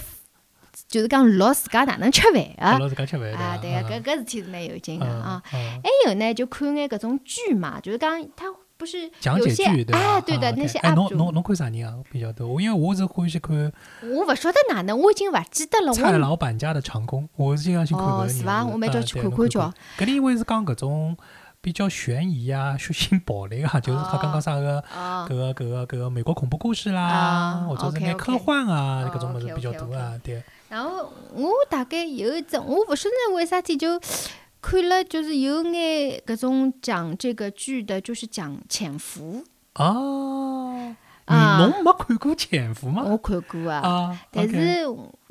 Speaker 4: 就是讲录自家哪能吃
Speaker 3: 我
Speaker 4: 饭
Speaker 3: 老是讲吃饭
Speaker 4: 个啊？对
Speaker 3: 个，
Speaker 4: 个，搿搿事体是蛮有劲个
Speaker 3: 嗯
Speaker 4: 啊。，
Speaker 3: 嗯
Speaker 4: 还有呢，就看眼搿种剧嘛，就是讲它不是
Speaker 3: 讲
Speaker 4: 有
Speaker 3: 解
Speaker 4: 些
Speaker 3: 剧对吧？
Speaker 4: 啊，对的，
Speaker 3: 啊
Speaker 4: 那
Speaker 3: ，OK
Speaker 4: 些
Speaker 3: 哎，侬
Speaker 4: UP
Speaker 3: 侬
Speaker 4: 主，
Speaker 3: 侬看啥人啊比较多？我因为我是欢喜看
Speaker 4: 我勿晓得哪能，我已经勿记得了，
Speaker 3: 蔡
Speaker 4: 我
Speaker 3: 老板家的长工，我是经常去看搿个
Speaker 4: 哦
Speaker 3: 人
Speaker 4: 是伐
Speaker 3: 物
Speaker 4: 我蛮
Speaker 3: 啊
Speaker 4: 叫去
Speaker 3: 对
Speaker 4: 看
Speaker 3: 侬
Speaker 4: 看
Speaker 3: 看
Speaker 4: 叫
Speaker 3: 搿里因为是讲搿种比较悬疑啊、血腥暴力啊，就是他刚刚啥个
Speaker 4: 啊
Speaker 3: 搿个搿个搿个美国恐怖故事啦，
Speaker 4: 啊
Speaker 3: 或者是
Speaker 4: OK，
Speaker 3: 眼
Speaker 4: OK
Speaker 3: 科幻啊
Speaker 4: 哦
Speaker 3: 搿种物事比较多啊，对。
Speaker 4: 然后我大概有一只，我勿晓得为啥体就看看了就是有眼搿种讲这个剧的，就是讲潜伏
Speaker 3: 哦，
Speaker 4: 啊
Speaker 3: 侬没看过《潜伏》吗？
Speaker 4: 我看过啊，
Speaker 3: 啊，
Speaker 4: 但
Speaker 3: 哦 OK
Speaker 4: 是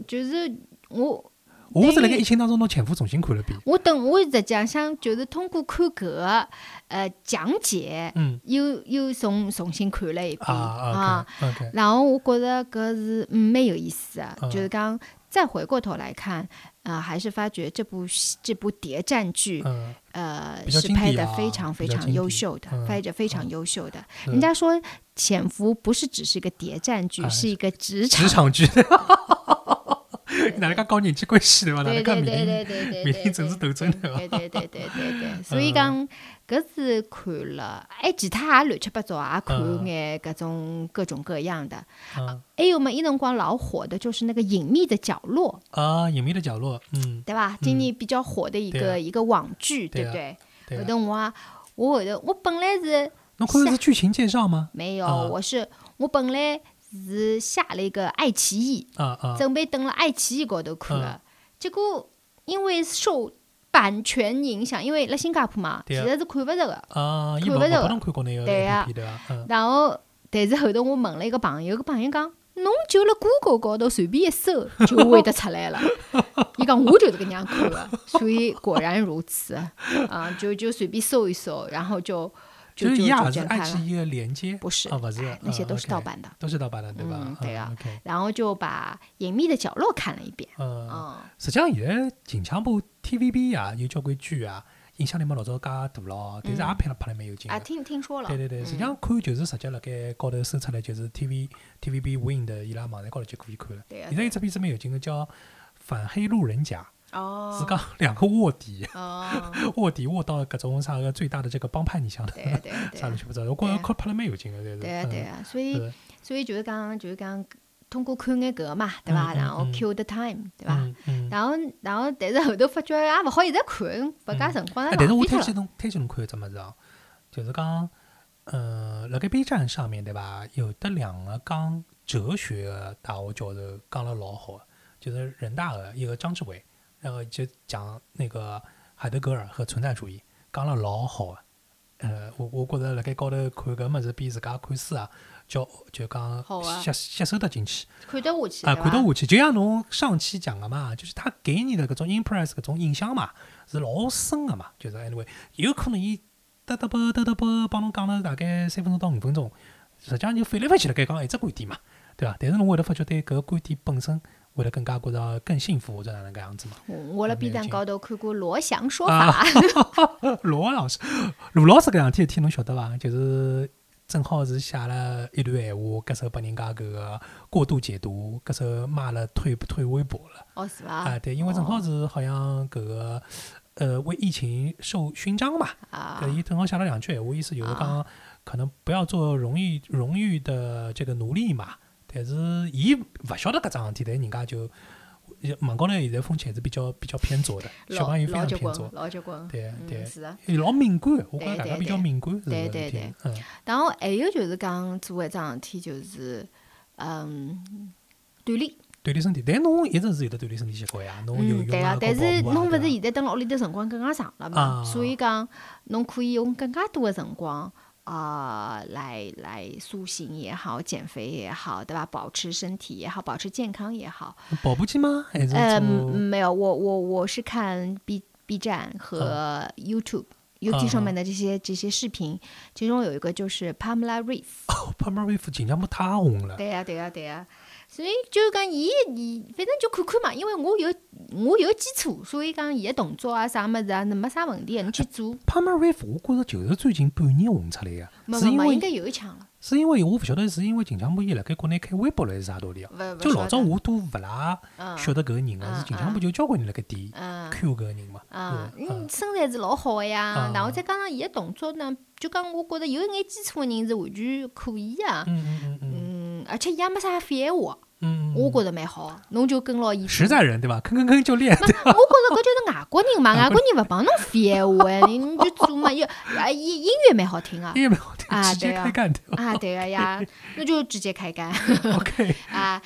Speaker 4: 就是我
Speaker 3: 我是辣盖疫情当中拿《潜伏》重新看了一遍。
Speaker 4: 我等我实际上就是通过看搿个呃讲解，
Speaker 3: 嗯
Speaker 4: 又又重重新看了一遍
Speaker 3: 啊，OK OK，
Speaker 4: 然后我觉得搿是嗯蛮有意思的，
Speaker 3: 嗯
Speaker 4: 就是讲再回过头来看，啊、还是发觉这部戏这部谍战剧，
Speaker 3: 嗯，
Speaker 4: 呃，
Speaker 3: 比较
Speaker 4: 是
Speaker 3: 经
Speaker 4: 拍
Speaker 3: 典
Speaker 4: 的
Speaker 3: 啊
Speaker 4: 非常非
Speaker 3: 比较
Speaker 4: 常
Speaker 3: 经
Speaker 4: 优
Speaker 3: 典
Speaker 4: 秀的，
Speaker 3: 嗯
Speaker 4: 拍着非常优秀的。
Speaker 3: 嗯
Speaker 4: 人家说《潜伏》不是只是一个谍战剧，
Speaker 3: 哎
Speaker 4: 是一个职场。
Speaker 3: 职场剧，哪能介搞人际关系对伐？哪
Speaker 4: 对
Speaker 3: 能介
Speaker 4: 对
Speaker 3: 面临
Speaker 4: 对对对对，
Speaker 3: 面
Speaker 4: 对
Speaker 3: 临政治斗争对伐？
Speaker 4: 对对对对对 对，所
Speaker 3: 嗯
Speaker 4: 以讲搿是看了，哎，其他也乱七八糟，也看
Speaker 3: 嗯
Speaker 4: 眼搿种各种各样的。
Speaker 3: 啊
Speaker 4: 还有嘛，一辰光老火的就是那个《隐秘的角落
Speaker 3: 啊，隐秘的角落，嗯》，，
Speaker 4: 对吧？今年比较火的一
Speaker 3: 对
Speaker 4: 个、
Speaker 3: 啊
Speaker 4: 一个网剧，
Speaker 3: 对
Speaker 4: 对不
Speaker 3: 啊
Speaker 4: 对？
Speaker 3: 对
Speaker 4: 后
Speaker 3: 啊。
Speaker 4: 头我也我后头我本来是
Speaker 3: 侬看的是剧情介绍吗？
Speaker 4: 没有，
Speaker 3: 啊
Speaker 4: 我是我本来是下了一个爱奇艺，
Speaker 3: 啊啊，
Speaker 4: 准备登了爱奇艺高头看的，结果因为受版权影响，因为辣新加坡嘛，其
Speaker 3: 对啊
Speaker 4: 实是看不着的。
Speaker 3: 啊，伊勿
Speaker 4: 看勿
Speaker 3: 勿
Speaker 4: 着
Speaker 3: 拨侬看国内个
Speaker 4: 对
Speaker 3: A
Speaker 4: 啊
Speaker 3: P P 对伐？嗯
Speaker 4: 然后，但是后头我问了一个朋友，搿朋友讲，侬就辣 Google 高头随便一搜就会得出来了。 伊讲我就是搿样看的，所以果然如此啊，就就随便搜一搜，然后就就
Speaker 3: 就是
Speaker 4: 就
Speaker 3: 伊也
Speaker 4: 就是这样
Speaker 3: 爱
Speaker 4: 看了
Speaker 3: 奇。艺个连接，
Speaker 4: 不是
Speaker 3: 啊，勿是
Speaker 4: 哎，那些
Speaker 3: 嗯
Speaker 4: 都是
Speaker 3: ，OK
Speaker 4: 盗，版的。
Speaker 3: 都是盗版的对伐
Speaker 4: 嗯？对啊
Speaker 3: 嗯，OK，
Speaker 4: 然后就把《隐秘的角落》看了一遍，
Speaker 3: 嗯，
Speaker 4: 嗯，
Speaker 3: 实际上现在近腔部 T V B 啊，有交关剧啊，影响力没老早介大咯，但是也
Speaker 4: 嗯
Speaker 3: 拍了拍了蛮有劲
Speaker 4: 啊，
Speaker 3: 的。
Speaker 4: 听听说了，
Speaker 3: 对对对，实际
Speaker 4: 嗯
Speaker 3: 上看就是直接辣盖高头搜出来，就是 TV TVB Win 的伊拉网站高头就可以看了。
Speaker 4: 对啊
Speaker 3: 现在有只片子蛮有劲个叫《反黑路人甲》，
Speaker 4: 哦，
Speaker 3: 是讲 两个卧底，
Speaker 4: 哦，
Speaker 3: 卧底卧到各种啥个最大的这个帮派里向的，
Speaker 4: 对啊 对啊对
Speaker 3: 啥
Speaker 4: 啊
Speaker 3: 乱七八糟，我觉着
Speaker 4: 对啊
Speaker 3: 看拍了蛮有劲个，对嗯
Speaker 4: 对啊对啊，所以
Speaker 3: 对，
Speaker 4: 所以就是讲就是讲通过看眼搿个嘛，对伐？
Speaker 3: 嗯嗯
Speaker 4: 然后
Speaker 3: 嗯
Speaker 4: kill the time，对伐？
Speaker 3: 嗯嗯。
Speaker 4: 然后然后但是后头发觉也勿好一直看，勿加辰光
Speaker 3: 哎
Speaker 4: 也
Speaker 3: 但是
Speaker 4: 浪
Speaker 3: 我
Speaker 4: 费脱
Speaker 3: 推荐
Speaker 4: 了。
Speaker 3: 侬推荐侬看一只物事啊，就是讲，呃，辣盖 B 站上面对伐，有得两个讲哲学个大学教授讲了老好的，就是人大个一个张志伟，然后就讲那个海德格尔和存在主义，讲了老好个。呃，我我觉着辣盖高头看搿物事比自家看书啊，叫就讲
Speaker 4: 好啊
Speaker 3: 吸吸收得进去。
Speaker 4: 看得下去
Speaker 3: 啊，
Speaker 4: 对
Speaker 3: 看得
Speaker 4: 伐
Speaker 3: 下去，就像侬上期讲个嘛，就是他给你的搿种 impress 搿种印象嘛，是老深个嘛，就是 anyway，有可能伊嘚嘚啵嘚嘚啵帮侬讲了大概三分钟到五分钟，实际上就翻来翻去辣盖讲一只观点嘛，对伐？但是侬会得发觉对搿个观点本身会得更加觉着更幸福或者哪能介样子嘛。
Speaker 4: 我我辣 B 站高头看过罗翔说
Speaker 3: 啊
Speaker 4: 法，
Speaker 3: 罗老师，罗老师搿两天一天侬晓得伐？就是正好是写了一段闲话，搿首拨人家搿个过度解读，搿首骂了退退微博了。
Speaker 4: 哦是
Speaker 3: 啊，
Speaker 4: 伐？
Speaker 3: 对，因为正好
Speaker 4: 哦
Speaker 3: 是好像搿个呃为疫情受勋章嘛，
Speaker 4: 啊
Speaker 3: 搿伊正好写了两句闲话，意思就是讲
Speaker 4: 啊
Speaker 3: 可能不要做荣誉荣誉的这个奴隶嘛。但是伊勿晓得搿桩事体，但人家就网高头现在风气还是比较比较偏左的，小
Speaker 4: 老
Speaker 3: 朋友非
Speaker 4: 老
Speaker 3: 常
Speaker 4: 结
Speaker 3: 偏
Speaker 4: 棍
Speaker 3: 左，，
Speaker 4: 老结棍，
Speaker 3: 对
Speaker 4: 嗯
Speaker 3: 对
Speaker 4: 是的。
Speaker 3: 老敏感，我觉
Speaker 4: 对
Speaker 3: 着大家
Speaker 4: 对
Speaker 3: 比较
Speaker 4: 对
Speaker 3: 敏感，是
Speaker 4: 对
Speaker 3: 搿
Speaker 4: 对
Speaker 3: 事体
Speaker 4: 对，
Speaker 3: 嗯
Speaker 4: 然后还有就是讲做一桩事体，就是嗯锻炼。
Speaker 3: 锻炼身体。但侬一直是有得锻炼身体习惯呀，侬游
Speaker 4: 嗯，
Speaker 3: 泳
Speaker 4: 对
Speaker 3: 啊
Speaker 4: 啊，，
Speaker 3: 搞
Speaker 4: 但是
Speaker 3: 跑步啊
Speaker 4: 侬勿
Speaker 3: 对
Speaker 4: 是
Speaker 3: 伐
Speaker 4: 现在蹲辣屋里头辰光更加长了
Speaker 3: 啊
Speaker 4: 嘛，所以讲侬可以用更加多的辰光啊、来来塑形也好，减肥也好，对吧？保持身体也好，保持健康也好。
Speaker 3: 跑步机吗？还是
Speaker 4: 呃，
Speaker 3: 做
Speaker 4: 没有，我我我是看 B B 站
Speaker 3: 嗯
Speaker 4: 和 YouTube。YouTube 上面的这些这些视频，其中有一个就是 Pamela Reif，
Speaker 3: 哦，潘妈微服尽量不太红了。
Speaker 4: 对呀、对呀、对呀、所以就讲伊伊，反正就看看嘛，因为我有我有基础，所以讲伊个动作啊啥物事啊，那没啥问题的，侬去做。
Speaker 3: 帕马瑞夫，我觉着就是最近半年红出来个，
Speaker 4: 没
Speaker 3: 是
Speaker 4: 没
Speaker 3: 因
Speaker 4: 没，应该
Speaker 3: 为
Speaker 4: 有一枪了。
Speaker 3: 是因为我勿晓得是因为近腔部伊辣盖国内开微博了还是啥道理啊？
Speaker 4: 勿
Speaker 3: 就老早，
Speaker 4: 勿
Speaker 3: 我都勿大
Speaker 4: 晓
Speaker 3: 晓
Speaker 4: 得
Speaker 3: 得搿个人个，
Speaker 4: 嗯
Speaker 3: 是近腔部就交关人辣盖点
Speaker 4: 嗯
Speaker 3: Q 搿个人嘛。
Speaker 4: 啊，
Speaker 3: 嗯
Speaker 4: 嗯，身材是老好的呀
Speaker 3: 啊，
Speaker 4: 然后再加上伊个动作呢，就讲我觉着有一眼基础的人是完全可以啊。
Speaker 3: 嗯嗯嗯嗯
Speaker 4: 嗯，而且伊也没啥废话，
Speaker 3: 嗯，
Speaker 4: 我
Speaker 3: 觉
Speaker 4: 觉着蛮好的，侬就跟牢伊做。
Speaker 3: 实在人对伐？吭吭吭就练，
Speaker 4: 我觉着搿就是外国人嘛，外国人勿帮侬废话哎，你你就做嘛，又啊，音音乐蛮好听啊。
Speaker 3: 也蛮好听，
Speaker 4: 啊
Speaker 3: 直接
Speaker 4: 对啊
Speaker 3: 开干对伐
Speaker 4: 啊，对个呀，那就直接开干
Speaker 3: ？OK，
Speaker 4: 啊。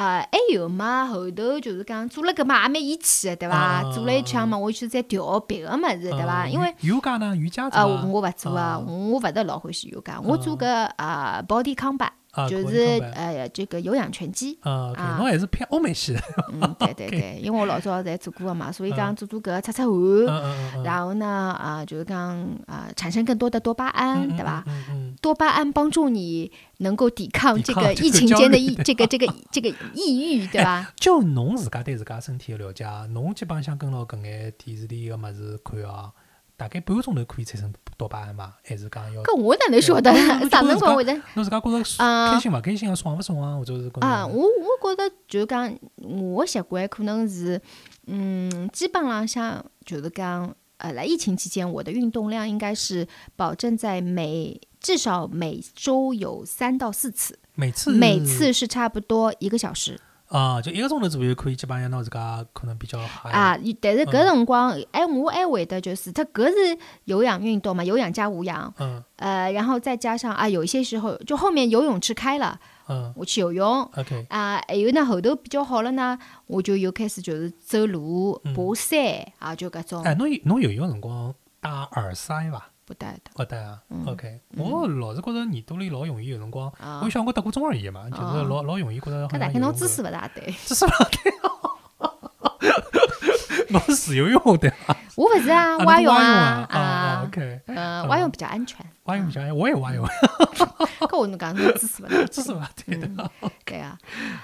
Speaker 4: 呃，还有嘛，后头就是讲做了搿嘛也蛮义气的，对伐？
Speaker 3: 啊
Speaker 4: 做了一腔嘛，我去再调别个物事，对伐？
Speaker 3: 呃
Speaker 4: 因为
Speaker 3: 瑜瑜伽呢，瑜伽
Speaker 4: 呃，
Speaker 3: 怎么
Speaker 4: 我勿做啊，
Speaker 3: 嗯啊
Speaker 4: 我勿是老欢喜瑜伽，我做搿呃 body combat，
Speaker 3: 啊
Speaker 4: 就
Speaker 3: body
Speaker 4: 是
Speaker 3: combat。
Speaker 4: 呃这个有氧拳击
Speaker 3: 啊，对
Speaker 4: 啊
Speaker 3: 侬还是偏欧美系的，
Speaker 4: 嗯，对对
Speaker 3: OK
Speaker 4: 对，因为我老早侪做过个嘛，所以
Speaker 3: 啊
Speaker 4: 讲做做搿擦擦
Speaker 3: 嗯
Speaker 4: 汗，
Speaker 3: 嗯嗯嗯，
Speaker 4: 然后呢，啊，就是讲啊，产生更多的多巴
Speaker 3: 嗯
Speaker 4: 胺，
Speaker 3: 嗯
Speaker 4: 对伐？
Speaker 3: 嗯嗯
Speaker 4: 多巴胺帮助你能够抵抗
Speaker 3: 抵
Speaker 4: 这
Speaker 3: 抗
Speaker 4: 个
Speaker 3: 这
Speaker 4: 疫
Speaker 3: 个
Speaker 4: 情
Speaker 3: 焦
Speaker 4: 间的
Speaker 3: 虑
Speaker 4: 抑这个这个这个抑郁，对吧？
Speaker 3: 就侬自家对自家身体的了解，侬基本上跟牢搿眼电视里个物事看哦，大概半个钟头可以产生多巴胺伐？还是讲要
Speaker 4: 搿我哪能晓得
Speaker 3: 对我？
Speaker 4: 啥
Speaker 3: 我
Speaker 4: 辰
Speaker 3: 就
Speaker 4: 光
Speaker 3: 我
Speaker 4: 会得？
Speaker 3: 侬自家觉着
Speaker 4: 啊
Speaker 3: 开心勿开心啊，爽勿爽啊，或者是觉着
Speaker 4: 啊，我我觉得就是讲我的习惯可能是，嗯，基本浪向就是讲，呃，来疫情期间我的运动量应该是保证在每至少每周有三到四次，
Speaker 3: 每次
Speaker 4: 每次是差不多一个小时
Speaker 3: 啊，就一个钟头左右可以基本上拿自家可能比较嗨
Speaker 4: 啊。但是搿
Speaker 3: 嗯
Speaker 4: 辰光，哎，我还会得就是，它搿是有氧运动嘛，有氧加无氧，
Speaker 3: 嗯
Speaker 4: 呃，然后再加上啊，有一些时候就后面游泳池开了，
Speaker 3: 嗯
Speaker 4: 我去游泳。
Speaker 3: ，OK
Speaker 4: 啊，还有呢，后头比较好了呢，我就又开始就是走路、
Speaker 3: 嗯
Speaker 4: 爬山啊，就搿种
Speaker 3: 哎，侬有侬有一个辰光戴耳塞伐？
Speaker 4: 不带的
Speaker 3: 勿戴啊
Speaker 4: 嗯
Speaker 3: ，OK，我老是觉着耳朵里老容易有辰光，
Speaker 4: 啊
Speaker 3: 我。想我得过中耳炎嘛，就是
Speaker 4: 哦
Speaker 3: 老老容易觉着好
Speaker 4: 搿
Speaker 3: 像
Speaker 4: 大概
Speaker 3: 有
Speaker 4: 侬
Speaker 3: 用
Speaker 4: 姿
Speaker 3: 的
Speaker 4: 势勿大对，
Speaker 3: 这是哪对哦？侬是自由用的啊？
Speaker 4: 我勿是
Speaker 3: 啊
Speaker 4: 啊，蛙
Speaker 3: 侬是
Speaker 4: 泳
Speaker 3: 啊啊啊
Speaker 4: 啊，
Speaker 3: ！OK，
Speaker 4: 呃，
Speaker 3: 嗯
Speaker 4: 蛙泳比较安全。
Speaker 3: 蛙泳不讲，我也蛙泳，
Speaker 4: 搿我侬讲侬姿势勿大
Speaker 3: 这是哪 对的？
Speaker 4: 嗯对啊。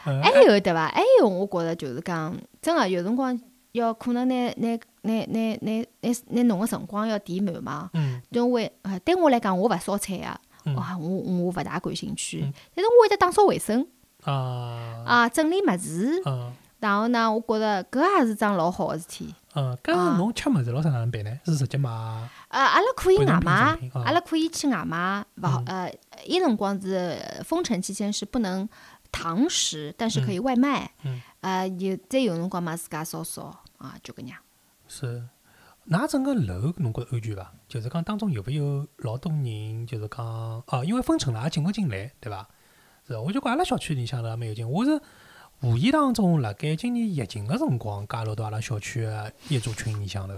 Speaker 3: 嗯
Speaker 4: 还有对伐？还有，我觉着就是讲，真个有辰光要可能拿拿拿拿拿拿拿侬个辰光要填满嘛。
Speaker 3: 嗯
Speaker 4: 因为呃对我来讲，我勿烧菜啊，
Speaker 3: 嗯
Speaker 4: 哇，我我勿大感兴趣
Speaker 3: 嗯。
Speaker 4: 但是我会得打扫卫生
Speaker 3: 啊
Speaker 4: 啊，整理物事，
Speaker 3: 啊
Speaker 4: 然后呢，我觉着搿也是桩老好个事体。
Speaker 3: 啊！搿侬吃物事老啥哪能办呢？是直接买啊？
Speaker 4: 呃，阿拉可以
Speaker 3: 不能
Speaker 4: 外
Speaker 3: 拼
Speaker 4: 卖
Speaker 3: 产品，啊嗯
Speaker 4: 阿拉可以去外卖，勿好呃，一辰光是呃封城期间是不能堂食，但是可以外卖
Speaker 3: 嗯嗯。
Speaker 4: 呃，有再有辰光嘛，自家烧烧啊，就搿样。
Speaker 3: 是。㑚整个楼侬觉着安全伐？就是讲当中有没有老多人？就是讲啊，因为分层了，也进不进来，对伐？是，我就讲阿拉小区里向头也蛮有劲。我是无意当中辣盖今年疫情个辰光加入到阿拉小区个业主群里向头。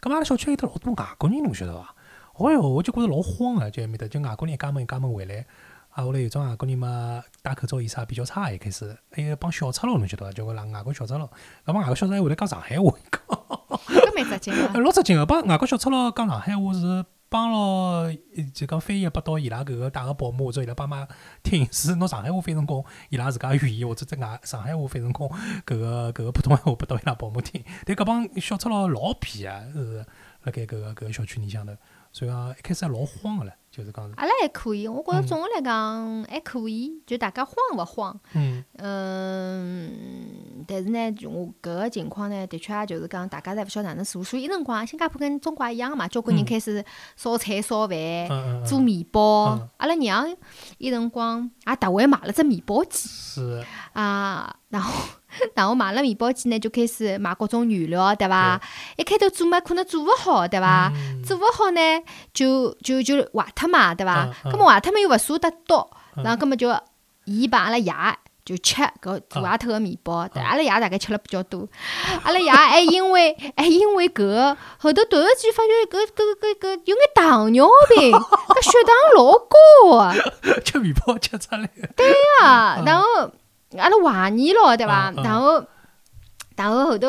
Speaker 3: 咁阿拉小区里头老多外国人，侬晓得伐？哦哟，我就觉着老慌个、就埃面搭就外国人一家门一家门回来。啊，后来有种外国人嘛，戴口罩意识也比较差，一开始还有帮小赤佬，侬晓得伐？叫个外国小赤佬，咁外国小赤佬还会得讲上海话，
Speaker 4: 搿蛮扎劲
Speaker 3: 哎，
Speaker 4: 个。
Speaker 3: 老扎劲个，帮外国小赤佬讲上海话是帮牢，呃就讲翻译拨到伊拉搿个带个保姆或者伊拉爸妈听，是拿上海话翻成功，伊拉自家语言或者在外上海话翻成功，搿个搿个普通话拨到伊拉保姆听。但搿帮小赤佬老皮啊，是辣盖搿个搿个小区里向头，所以讲一开始还老慌个唻，就是讲是，
Speaker 4: 阿拉还可以，我觉着
Speaker 3: 嗯
Speaker 4: 总的来讲还可以，就大家慌勿慌。
Speaker 3: 嗯
Speaker 4: 嗯，但是呢，就我搿个情况呢，的确也就是讲，大家侪勿晓得哪能做，所以一辰光新加坡跟中国也一样嘛，交关
Speaker 3: 嗯
Speaker 4: 人开始烧菜、烧饭、
Speaker 3: 嗯嗯，
Speaker 4: 哎做面包
Speaker 3: 嗯。
Speaker 4: 阿拉娘一辰光也特为买了只面包机
Speaker 3: 是
Speaker 4: 啊，然后 然后买了面包机呢，就开始买各种原料，对伐？一开头做嘛，可能做勿好，对伐？
Speaker 3: 嗯
Speaker 4: 啊做勿好呢，就就就坏脱嘛，对伐
Speaker 3: 嗯？嗯
Speaker 4: 咁么坏脱嘛又勿舍得刀，
Speaker 3: 嗯
Speaker 4: 然后咁么就伊帮阿拉爷就吃搿做坏脱个面包，
Speaker 3: 嗯
Speaker 4: 但阿拉爷大概吃了比较多， 阿拉爷还因为还因为搿个后头突然间发觉搿搿搿搿有眼糖尿病，搿血糖老高啊，
Speaker 3: 吃面包吃出来，
Speaker 4: 对啊
Speaker 3: 嗯，
Speaker 4: 然后阿拉怀疑咯，对伐
Speaker 3: 嗯？嗯
Speaker 4: 然后然后后头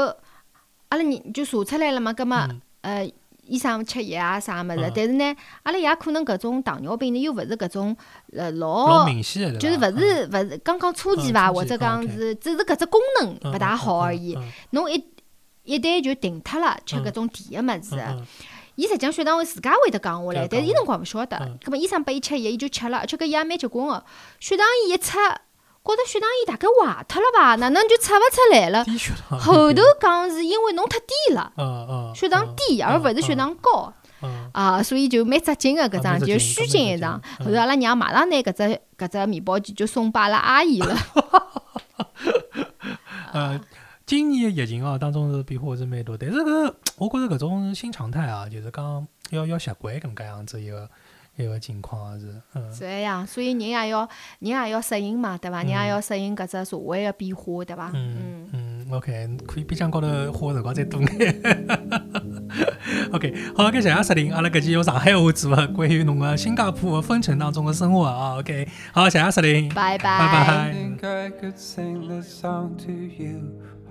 Speaker 4: 阿拉人就查出来了嘛，葛么。
Speaker 3: 嗯
Speaker 4: 呃，医生吃药啊啥物事
Speaker 3: 嗯，
Speaker 4: 但是呢，阿拉爷可能搿种糖尿病呢又勿是搿种呃
Speaker 3: 老
Speaker 4: 老，
Speaker 3: 明显个，
Speaker 4: 就
Speaker 3: 对
Speaker 4: 是
Speaker 3: 伐
Speaker 4: 勿是勿是刚刚初期
Speaker 3: 嗯
Speaker 4: 伐，
Speaker 3: 初期
Speaker 4: 或者
Speaker 3: 嗯
Speaker 4: 讲
Speaker 3: ，OK
Speaker 4: 是只是搿只功
Speaker 3: 嗯
Speaker 4: 能勿大好而已。
Speaker 3: 嗯嗯
Speaker 4: 侬一一旦就停脱了吃
Speaker 3: 嗯
Speaker 4: 搿种甜个物事
Speaker 3: 嗯，嗯嗯
Speaker 4: 伊实际上血糖会自家会得降下来，
Speaker 3: 对
Speaker 4: 但是伊
Speaker 3: 降下来
Speaker 4: 辰光勿晓得
Speaker 3: 嗯，
Speaker 4: 葛末医生拨伊吃药，伊就吃了，而且搿药也蛮结棍个，血糖仪一测，觉着血糖仪大概坏脱了吧，哪能就测勿出来了？
Speaker 3: 低血糖，
Speaker 4: 后头讲是因为侬太低了。
Speaker 3: 嗯嗯，
Speaker 4: 血糖
Speaker 3: 嗯
Speaker 4: 低，而勿是血糖高
Speaker 3: 嗯
Speaker 4: 啊，所以就蛮扎劲个搿
Speaker 3: 啊蛮扎
Speaker 4: 桩，就
Speaker 3: 劲
Speaker 4: 虚
Speaker 3: 搿
Speaker 4: 惊
Speaker 3: 蛮
Speaker 4: 一
Speaker 3: 扎
Speaker 4: 场。
Speaker 3: 劲嗯
Speaker 4: 后头阿拉娘马上拿搿只搿只面包机就送拨阿拉阿姨 了。
Speaker 3: 呃，今年的疫情啊，当中是变化是蛮大，但是搿我觉着搿种新常态啊，就是讲要要习惯搿能介样子一个一个情况是，嗯，
Speaker 4: 是呀，所以人也要人也要适应嘛，对伐？人也要适应搿只社会个变化，对伐？
Speaker 3: 嗯嗯，OK，可以冰箱高头花的辰光再多眼。OK，好，感谢阿石林，阿拉搿期用上海话做的关于侬个新加坡个分城当中个生活啊。OK，好，谢谢阿石林，
Speaker 4: 拜拜
Speaker 3: 拜拜
Speaker 1: I。think I could sing this song to you.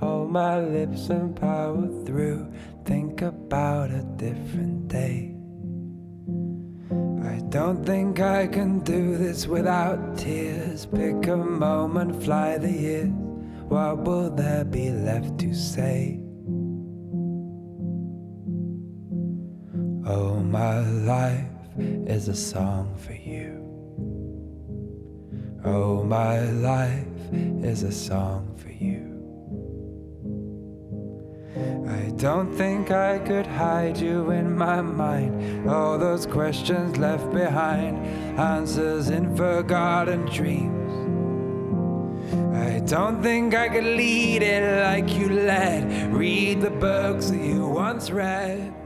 Speaker 1: Hold my lips and power through. Think about a different day. I don't think I can do this without tears. Pick a moment, fly the years. What will there be left to say? Oh, my life is a song for you. Oh, my life is a song for you. I don't think I could hide you in my mind. All those questions left behind, answers in forgotten dreams. I don't think I could lead it like you led. Read the books that you once read.